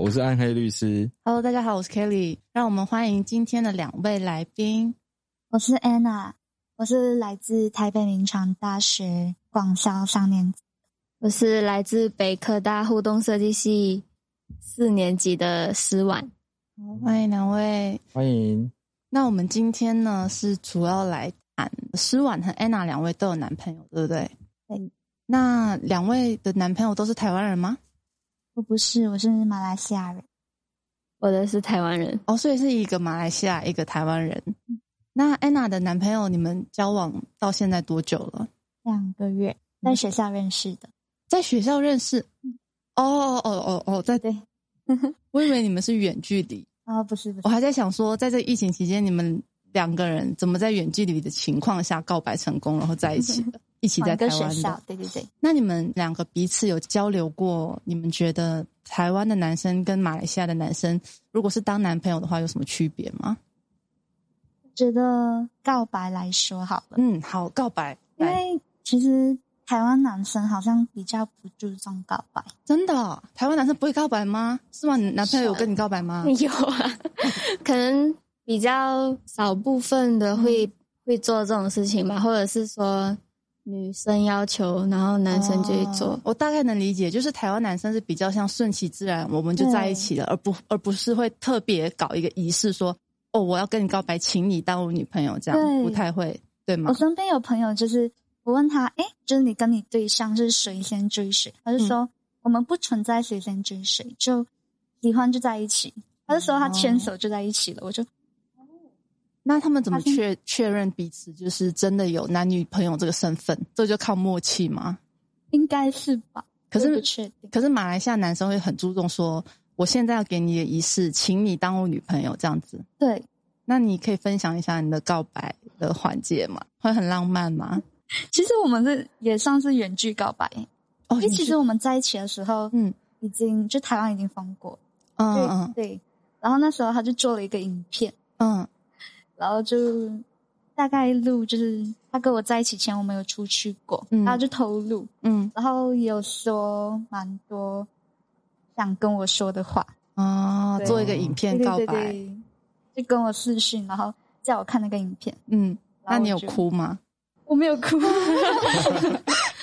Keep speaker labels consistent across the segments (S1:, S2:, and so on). S1: 我是暗黑律师。
S2: Hello，大家好，我是 Kelly。让我们欢迎今天的两位来宾。
S3: 我是 Anna，我是来自台北民传大学广校三年级。
S4: 我是来自北科大互动设计系四年级的诗婉。
S2: 好
S3: 嗯
S2: 欢迎两位。
S1: 欢迎，
S2: 那我们今天呢是主要来谈诗婉和 Anna 两位都有男朋友，对不对？
S3: 对。
S2: 那两位的男朋友都是台湾人吗？
S3: 我不是，我是马来西亚人。
S4: 我的是台湾人，
S2: 哦，所以是一个马来西亚，一个台湾人。
S3: 嗯
S2: 那 Anna 的男朋友，你们交往到现在多久了？
S4: 嗯
S3: 两个月在学校认识的，
S2: 在学校认识？
S3: 嗯
S2: 哦哦哦哦，在
S3: 对。
S2: 我以为你们是远距离，
S3: 啊、不是不
S4: 哦
S2: 我
S3: 是，
S2: 还在想说，在这疫情期间，你们两个人怎么在远距离的情况下告白成功，然后在一起 的，一起
S3: 同
S2: 在
S3: 一
S2: 台
S3: 个学
S2: 湾
S3: 校
S2: 的？，
S3: 对对对，
S2: 那你们两个彼此有交流过？你们觉得台湾的男生跟马来西亚的男生，如果是当男朋友的话，有什么区别吗？
S3: 觉得告白来说好了，
S2: 嗯，好，告白，
S3: 因
S2: 来
S3: 为其实台湾男生好像比较不注重告白，
S2: 真的哦、台湾男生不会告白吗？是吗？你男朋友有跟你告白吗？
S4: 有啊，可能比较少部分的会、会做这种事情吧，或者是说女生要求，然后男生就去做。
S2: 哦我大概能理解，就是台湾男生是比较像顺其自然，我们就在一起了，而不而不是会特别搞一个仪式说，哦，我要跟你告白，请你当我女朋友，这样
S3: 对
S2: 不太会，对吗
S3: 我？身边有朋友就是，我问他，哎，就是你跟你对象是谁先追谁？他
S2: 嗯
S3: 就说、我们不存在谁先追谁，就喜欢就在一起。他就说
S2: 哦
S3: 他牵手就在一起了，我就
S2: 那他们怎么
S3: 发现
S2: 确确认彼此就是真的有男女朋友这个身份？这就靠默契吗？
S3: 应该是吧，
S2: 可
S3: 我也
S2: 是
S3: 不确定。
S2: 可是马来西亚男生会很注重说，我现在要给你的仪式，请你当我女朋友这样子。
S3: 对，
S2: 那你可以分享一下你的告白的环节吗？会很浪漫吗？
S3: 其实我们是也算是远距告白，
S2: 哦，
S3: 因为
S2: 你
S3: 其
S2: 是
S3: 实我们在一起的时候，
S2: 嗯
S3: 已经就台湾已经封国，
S2: 嗯
S3: 对、
S2: 嗯
S3: 对。然后那时候他就做了一个影片，
S2: 嗯，
S3: 然后就大概录，就是他跟我在一起前我们有出去过，
S2: 嗯
S3: 然后就偷录，
S2: 嗯
S3: 然后也有说蛮多想跟我说的话，
S2: 哦，
S3: 对
S2: 做一个影
S3: 对
S2: 片
S3: 对
S2: 告白，
S3: 对对，就跟我私讯，然后叫我看那个影片。
S2: 嗯，
S3: 然后
S2: 那你有
S3: 我就？
S2: 哭吗？
S3: 我没有哭，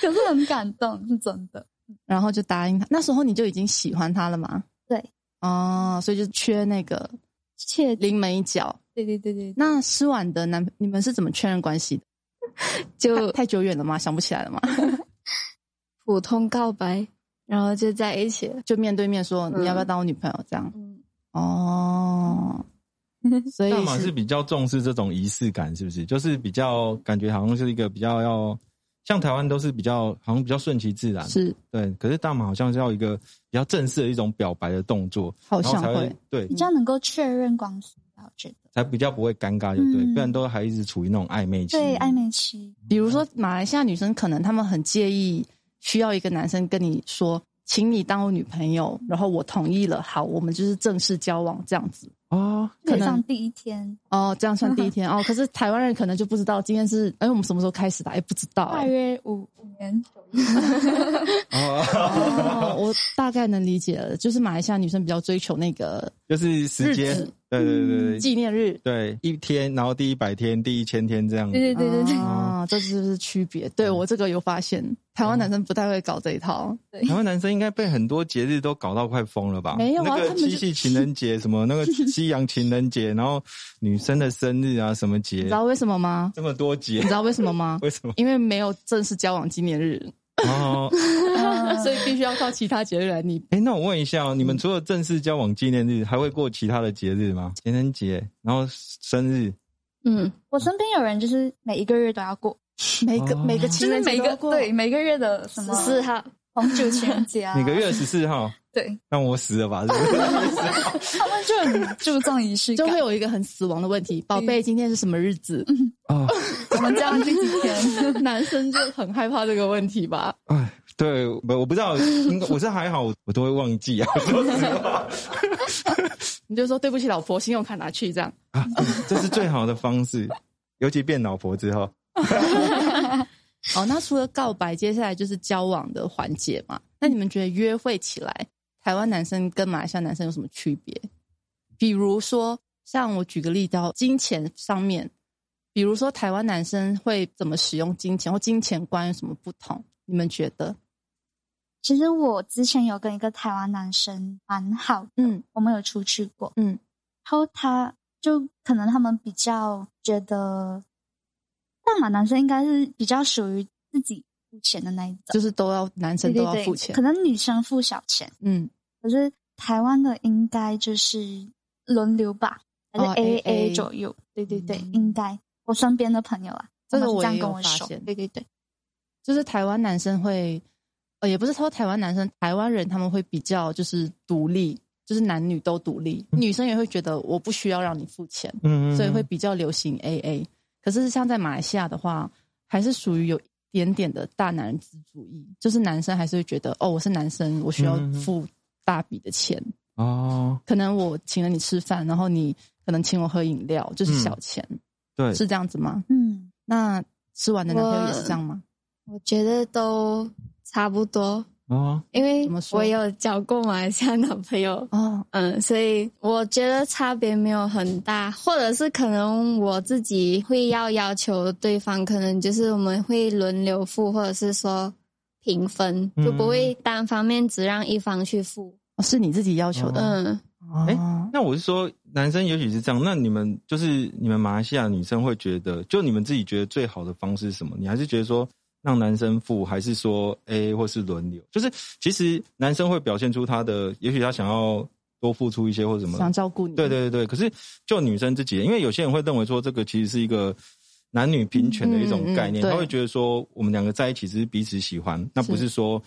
S3: 可是很感动，是真的。
S2: 然后就答应他，那时候你就已经喜欢他了吗？
S3: 对，
S2: 哦，所以就缺那个
S3: 确定，
S2: 临门一脚。
S3: 对对对对，
S2: 那诗婉的男，你们是怎么确认关 系的？
S4: 就
S2: 太太久远了吗？想不起来了吗？
S4: 普通告白，然后就在一起了。
S2: 就面对面说
S4: 嗯
S2: 你要不要当我女朋友这样？
S4: 嗯，
S2: 哦， 所
S1: 大
S2: 以
S1: 马是
S2: 是
S1: 比较重视这种仪式感，是不是？就是比较感觉好像是一个比较要，像台湾都是比较好像比较顺其自然，
S2: 是
S1: 对。可是大马好像是要一个比较正式的一种表白的动作，
S2: 好
S1: 然后
S2: 像
S1: 才
S2: 会
S1: 会对
S3: 比，较能够确认关系吧，我觉得。
S1: 才比较不会尴尬，就对，
S3: 嗯
S1: 不然都还一直处于那种暧昧期。
S3: 对暧昧期，
S2: 比如说，马来西亚女生可能她们很介意需要一个男生跟你说，请你当我女朋友，然后我同意了，好，我们就是正式交往这样子。
S1: 哦，
S2: 可
S3: 对
S2: 能
S3: 上第一天，
S2: 哦，这样算第一天哦。可是台湾人可能就不知道今天是，哎，我们什么时候开始的？哎，不知 道、
S3: 大
S2: 哎。
S3: 约五五年左右。
S1: 哦，
S2: 哦，我大概能理解了，就是马来西亚女生比较追求那个
S1: 就是时间
S2: 日子，嗯
S1: 对对对对
S2: 纪念日。
S1: 对，一天，然后第一百天，第一千天这样子。
S3: 对对对对对，
S2: 啊，这就是区别。对我这个有发现，台湾男生不太会搞这一套。
S1: 台湾男生应该被很多节日都搞到快疯了吧？
S2: 没有啊
S1: 那
S2: 他
S1: 个
S2: 们就
S1: 七夕情人节，什么 那个西洋情人节，然后女生的生日啊，什么
S2: 你
S1: 节
S2: 知，道为什么吗？
S1: 这么多节？
S2: 你知，道为什么吗
S1: 为什么？
S2: 因为没有正式交往纪念日。
S1: 哦，
S3: 嗯
S2: 所以必须要靠其他节日来弥补。
S1: 哎，那我问一下哦，你
S2: 嗯
S1: 们除了正式交往纪念日，还会过其他的节日吗？情人节，然后生日，
S4: 嗯，
S3: 我身边有人就是每一个月都要过，
S2: 每个、
S1: 哦
S2: 每个情
S3: 就是
S2: 人节
S3: 每
S2: 都
S3: 个
S2: 要过，
S3: 对每个月的什
S4: 十
S3: 么
S4: 四号，
S3: 红酒情人节啊，
S1: 每个月十四号，
S3: 对，
S1: 让我死了吧！是 不是
S3: 他们就很注重仪式
S2: 就
S3: 感
S2: 会。有一个很死亡的问题：宝贝，今天是什么日子？
S1: 哦，
S3: 我们家这几 天
S2: 男生就很害怕这个问题吧？
S1: 哎， 对，我我不知道，应该我是还好，我都会忘记 啊。说实话，
S2: 你就说对不起，老婆，信用卡拿去这样。
S1: 啊这是最好的方式，尤其变老婆之后。
S2: 哦，那除了告白，接下来就是交往的环节嘛。那你们觉得约会起来，台湾男生跟马来西亚男生有什么区别？比如说，像我举个例到金钱上面，比如说台湾男生会怎么使用金钱，或金钱观有什么不同？你们觉得？
S3: 其实我之前有跟一个台湾男生蛮好的，
S2: 嗯
S3: 我们有出去过，
S2: 嗯
S3: 然后他就可能他们比较觉得，大马男生应该是比较属于自己付钱的那一种，
S2: 就是都要男生
S3: 对
S2: 都
S3: 对
S2: 要
S3: 对，
S2: 付钱
S3: 可，能女生付小钱，
S2: 嗯，
S3: 可是台湾的应该就是轮流吧，还是
S2: 哦
S3: A
S2: AA
S3: A 左右，对对对，
S2: 嗯
S3: 应该我身边的朋友啊，
S2: 这个
S3: 他们是这
S2: 我也
S3: 样
S2: 有
S3: 跟我
S2: 发
S3: 说
S2: 现，
S3: 对对对，
S2: 就是台湾男生会，呃，也不是说台湾男生，台湾人他们会比较就是独立，就是男女都独立，女生也会觉得我不需要让你付钱，
S1: 嗯
S2: 所以会比较流行 AA。可是像在马来西亚的话，还是属于有一点点的大男子主义，就是男生还是会觉得哦，我是男生，我需要
S1: 嗯嗯嗯
S2: 付大笔的钱。
S1: 哦，
S2: 可能我请了你吃饭，然后你可能请我喝饮料，就是小钱，
S1: 嗯对，
S2: 是这样子吗？
S3: 嗯，
S2: 那吃完的男朋友也是
S4: 我
S2: 这样吗？
S4: 我觉得都差不多，
S1: 哦，
S4: 因为
S2: 怎么说
S4: 我有交过马来西亚男朋友，
S2: 哦，
S4: 嗯，所以我觉得差别没有很大，或者是可能我自己会要要求对方，可能就是我们会轮流付，或者是说平分，
S1: 嗯
S4: 就不会单方面只让一方去付。
S2: 是你自己要求的。
S4: 嗯，
S1: 哎
S2: 哦
S1: 那我是说，男生也许是这样，那你们就是你们马来西亚女生会觉得，就你们自己觉得最好的方式是什么？你还是觉得说让男生付，还是说 A 或是轮流？就是其实男生会表现出他的，也许他想要多付出一些或者什么，
S2: 想照顾你，
S1: 嗯对对对对。可是就女生自己，因为有些人会认为说这个其实是一个。男女平权的一种概念，
S2: 嗯嗯嗯对
S1: 他会觉得说我们两个在一起只是彼此喜欢，那不
S2: 是
S1: 是说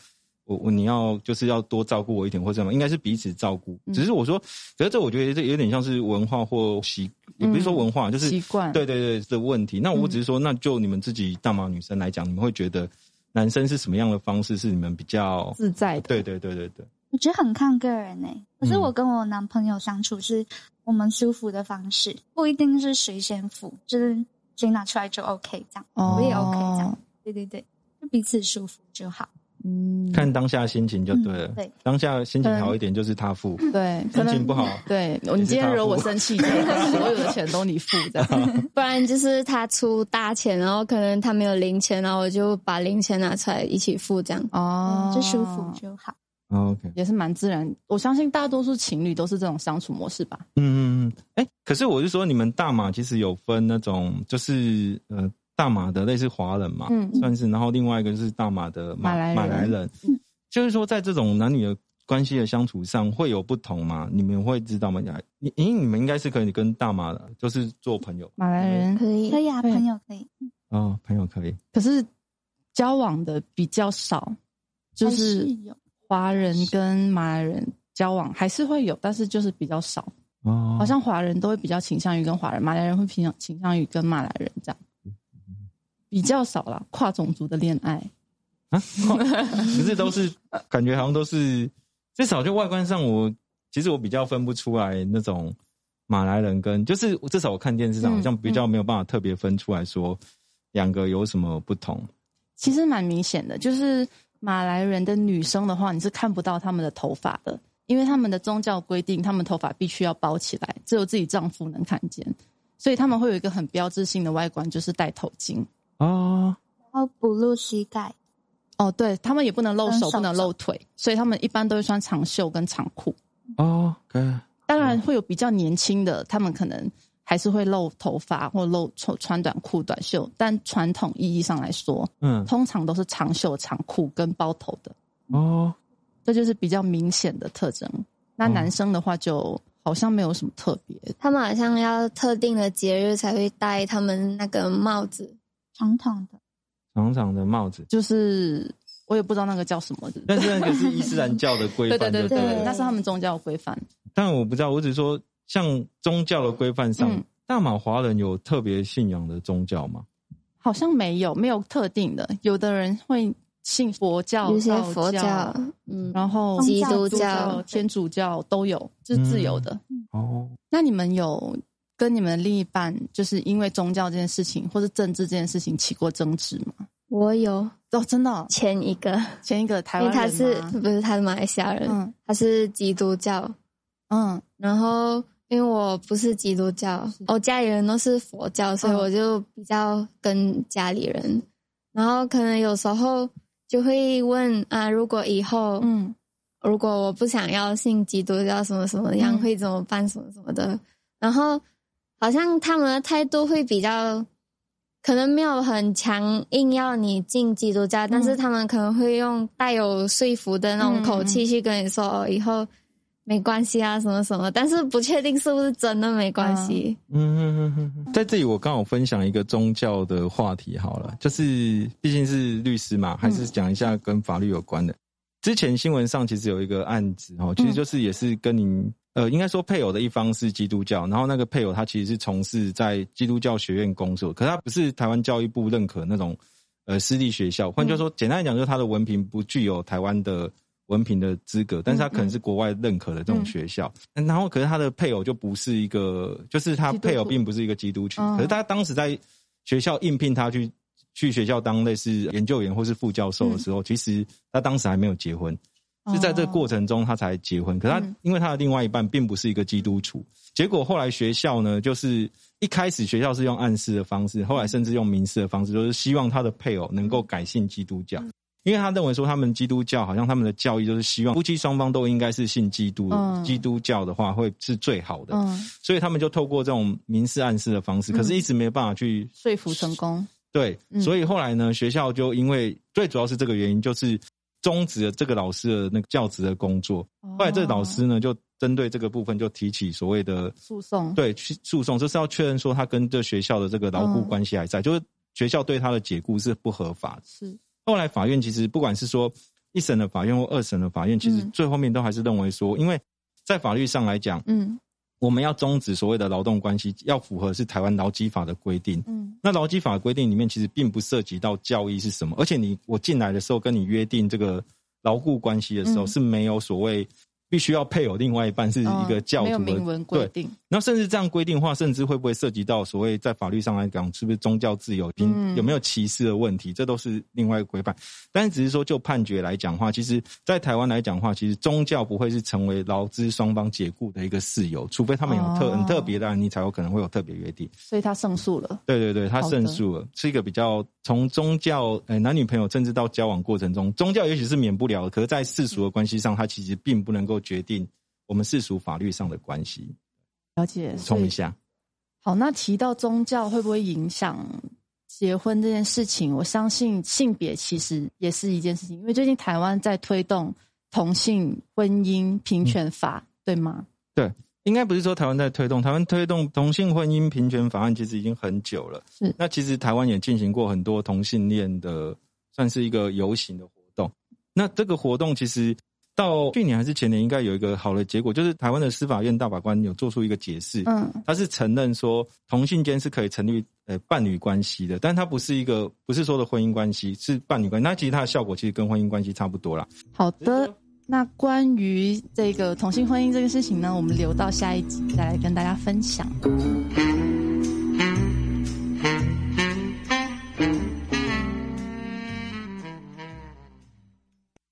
S1: 我我你要就是要多照顾我一点或者什么，应该是彼此照顾。
S2: 嗯
S1: 只是我说，可是这我觉得这有点像是文化或习，也不是说文化，就是
S2: 嗯习惯嗯
S1: 对对对的问题。那我只是说，那就你们自己大马女生来讲，你们会觉得男生是什么样的方式是你们比较？
S2: 自在的。
S1: 对对对对对，
S3: 我觉得很看个人诶、欸可是
S1: 嗯
S3: 我跟我男朋友相处是我们舒服的方式，不一定是谁先付，就是谁拿出来就 OK 这样，
S2: 哦，
S3: 我也 OK 这样，对对对，就彼此舒服就好。
S2: 嗯，
S1: 看当下心情就对了。
S3: 嗯对，
S1: 当下心情好一点就是他付，
S2: 对，可
S1: 心
S2: 能
S1: 情不好，
S2: 对，
S1: 是
S2: 你今天
S1: 他
S2: 惹我
S1: 付
S2: 生气，所有的钱都你付 这样。
S4: 不然就是他出大钱，然后可能他没有零钱，然后我就把零钱拿出来一起付，这样。
S2: 哦
S3: 嗯，就舒服就好。
S1: 哦 OK，
S2: 也是蛮自然。我相信大多数情侣都是这种相处模式吧。
S1: 嗯嗯嗯。哎、可是我是说，你们大马其实有分那种，就是呃，大马的类似华人嘛，
S2: 嗯
S1: 算是，然后另外一个就是大马的马
S2: 马来人
S1: 马来人，
S3: 嗯
S1: 就是说在这种男女的关系的相处上会有不同吗？你们会知道吗？你因为你们应该是可以跟大马的，就是做朋友
S2: 马来人，
S4: 可以
S3: 可以啊，
S2: 对
S3: 朋友可以，
S1: 哦，朋友可以，
S2: 可是交往的比较少，就
S3: 还
S2: 是
S3: 是有
S2: 华人跟马来人交往还是会有，但是就是比较少。
S1: 哦，
S2: 好像华人都会比较倾向于跟华人，马来人会倾向倾向于跟马来人这样，比较少啦。跨种族的恋爱，
S1: 啊， 可是都是感觉好像都是，至少就外观上我，其实我比较分不出来那种马来人跟，就是至少我看电视
S2: 嗯
S1: 上好像比较没有办法特别分出来说两个有什么不同。
S2: 其实蛮明显的，就是马来人的女生的话，你是看不到她们的头发的，因为他们的宗教规定，她们头发必须要包起来，只有自己丈夫能看见，所以他们会有一个很标志性的外观，就是戴头巾。
S1: 哦，
S3: 然后补露膝盖，
S2: 哦，对他们也不能露
S3: 跟
S2: 手，
S3: 手
S2: 不能露腿，所以他们一般都会穿长袖跟长裤。
S1: 哦，可以，
S2: 当然会有比较年轻的，他们可能还是会露头发或露穿穿短裤、短袖，但传统意义上来说，
S1: 嗯，
S2: 通常都是长袖、长裤跟包头的。
S1: 哦，
S2: 这就是比较明显的特征。那
S1: 嗯
S2: 男生的话，就好像没有什么特别。
S4: 他们好像要特定的节日才会戴他们那个帽子，
S3: 长筒的，
S1: 长长的帽子，
S2: 就是我也不知道那个叫什么，对不对
S1: 但是那个是伊斯兰教的规
S2: 对
S1: 范，
S2: 对对
S1: 就
S2: 对，
S1: 了
S2: 对那是他们宗教规范。
S1: 但我不知道，我只是说像宗教的规范上，
S2: 嗯
S1: 大马华人有特别信仰的宗教吗？
S2: 好像没有，没有特定的。有的人会信佛教、
S4: 有些
S2: 哦道
S4: 佛教
S2: 教，，
S4: 嗯，
S2: 然后
S4: 基
S3: 宗
S4: 督
S3: 教
S4: 教，
S2: 天主教都有，就是自由的。
S1: 哦，
S2: 那你们有跟你们另一半，就是因为宗教这件事情或是政治这件事情起过争执吗？
S4: 我有，
S2: 哦，真的哦、
S4: 前一个，
S2: 前一个台
S4: 因为
S2: 湾
S4: 他
S2: 人
S4: 是
S2: 吗
S4: 不是他是马来西亚人，
S2: 嗯
S4: 他是基督教。
S2: 嗯
S4: 然后因为我不是基督教，我家里人都是佛教，所以
S2: 嗯
S4: 我就比较跟家里人。然后可能有时候就会问啊，如果以后
S2: 嗯
S4: 如果我不想要信基督教什么什么样，
S2: 嗯
S4: 会怎么办什么什么的。然后好像他们的态度会比较，可能没有很强硬要你进基督教，
S2: 嗯
S4: 但是他们可能会用带有说服的那种口气去跟你说，哦，以后没关系啊，什么什么，但是不确定是不是真的没关系。
S2: 啊
S1: 嗯嗯嗯嗯，在这里我刚好分享一个宗教的话题好了，就是毕竟是律师嘛，还是讲一下跟法律有关的。之前新闻上其实有一个案子哦，其实就是也是跟您呃，应该说配偶的一方是基督教，然后那个配偶他其实是从事在基督教学院工作，可是他不是台湾教育部认可那种呃私立学校，换句话说，简单来讲就是他的文凭不具有台湾的文凭的资格，但是他可能是国外认可的这种学校，然后可是他的配偶就不是一个，就是他
S2: 基督徒
S1: 配偶并不是一个基督徒，
S2: 嗯
S1: 可是他当时在学校应聘他去去学校当类似研究员或是副教授的时候，其实他当时还没有结婚，
S2: 嗯哦
S1: 是在这个过程中他才结婚。可是他
S2: 嗯
S1: 因为他的另外一半并不是一个基督徒，结果后来学校呢，就是一开始学校是用暗示的方式，后来甚至用明示的方式，就是希望他的配偶能够改信基督
S2: 嗯
S1: 教。因为他认为说，他们基督教好像他们的教义就是希望夫妻双方都应该是信基督的，
S2: 嗯
S1: 基督教的话会是最好的，
S2: 嗯，
S1: 所以他们就透过这种明示暗示的方式，可是一直没有办法去
S2: 说服成功，
S1: 对，
S2: 嗯
S1: 所以后来呢，学校就因为最主要是这个原因，就是终止了这个老师的那个教职的工作。
S2: 哦
S1: 后来这个老师呢，就针对这个部分就提起所谓的
S2: 诉讼，
S1: 对去诉讼，就是要确认说他跟这学校的这个劳雇
S2: 嗯
S1: 关系还在，就是学校对他的解雇是不合法的。
S2: 是
S1: 后来法院其实不管是说一审的法院或二审的法院，其实
S2: 嗯
S1: 最后面都还是认为说，因为在法律上来讲，
S2: 嗯
S1: 我们要终止所谓的劳动关系，要符合是台湾劳基法的规定。
S2: 嗯
S1: 那劳基法规定里面其实并不涉及到教义是什么，而且你我进来的时候跟你约定这个牢固关系的时候、
S2: 嗯
S1: 是没有所谓必须要配偶另外一半是一个教
S2: 哦没有
S1: 徒的、
S2: 明文规
S1: 对，
S2: 定，
S1: 那甚至这样规定的话，甚至会不会涉及到所谓在法律上来讲是不是宗教自由、
S2: 嗯
S1: 有没有歧视的问题，这都是另外一个规范。但是只是说就判决来讲的话，其实在台湾来讲的话，其实宗教不会是成为劳资双方解雇的一个事由，除非他们有特、
S2: 哦
S1: 很特别的案例，才有可能会有特别约定。
S2: 所以他胜诉了。
S1: 对对对，他胜诉了，是一个比较从宗教，呃，男女朋友甚至到交往过程中，宗教也许是免不了的，可是在世俗的关系上，它其实并不能够决定我们世俗法律上的关系。
S2: 了解，所
S1: 冲
S2: 以
S1: 一下，
S2: 好，那提到宗教会不会影响结婚这件事情？我相信性别其实也是一件事情，因为最近台湾在推动同性婚姻平权法，对吗？
S1: 应该不是说台湾在推动，台湾推动同性婚姻平权法案其实已经很久了。
S2: 是
S1: 那其实台湾也进行过很多同性恋的，算是一个游行的活动。那这个活动其实到去年还是前年，应该有一个好的结果，就是台湾的司法院大法官有做出一个解释，
S2: 嗯
S1: 他是承认说同性间是可以成立呃伴侣关系的，但它不是一个不是说的婚姻关系，是伴侣关系。那其实它的效果其实跟婚姻关系差不多啦。
S2: 好的，那关于这个同性婚姻这个事情呢，我们留到下一集再来跟大家分享。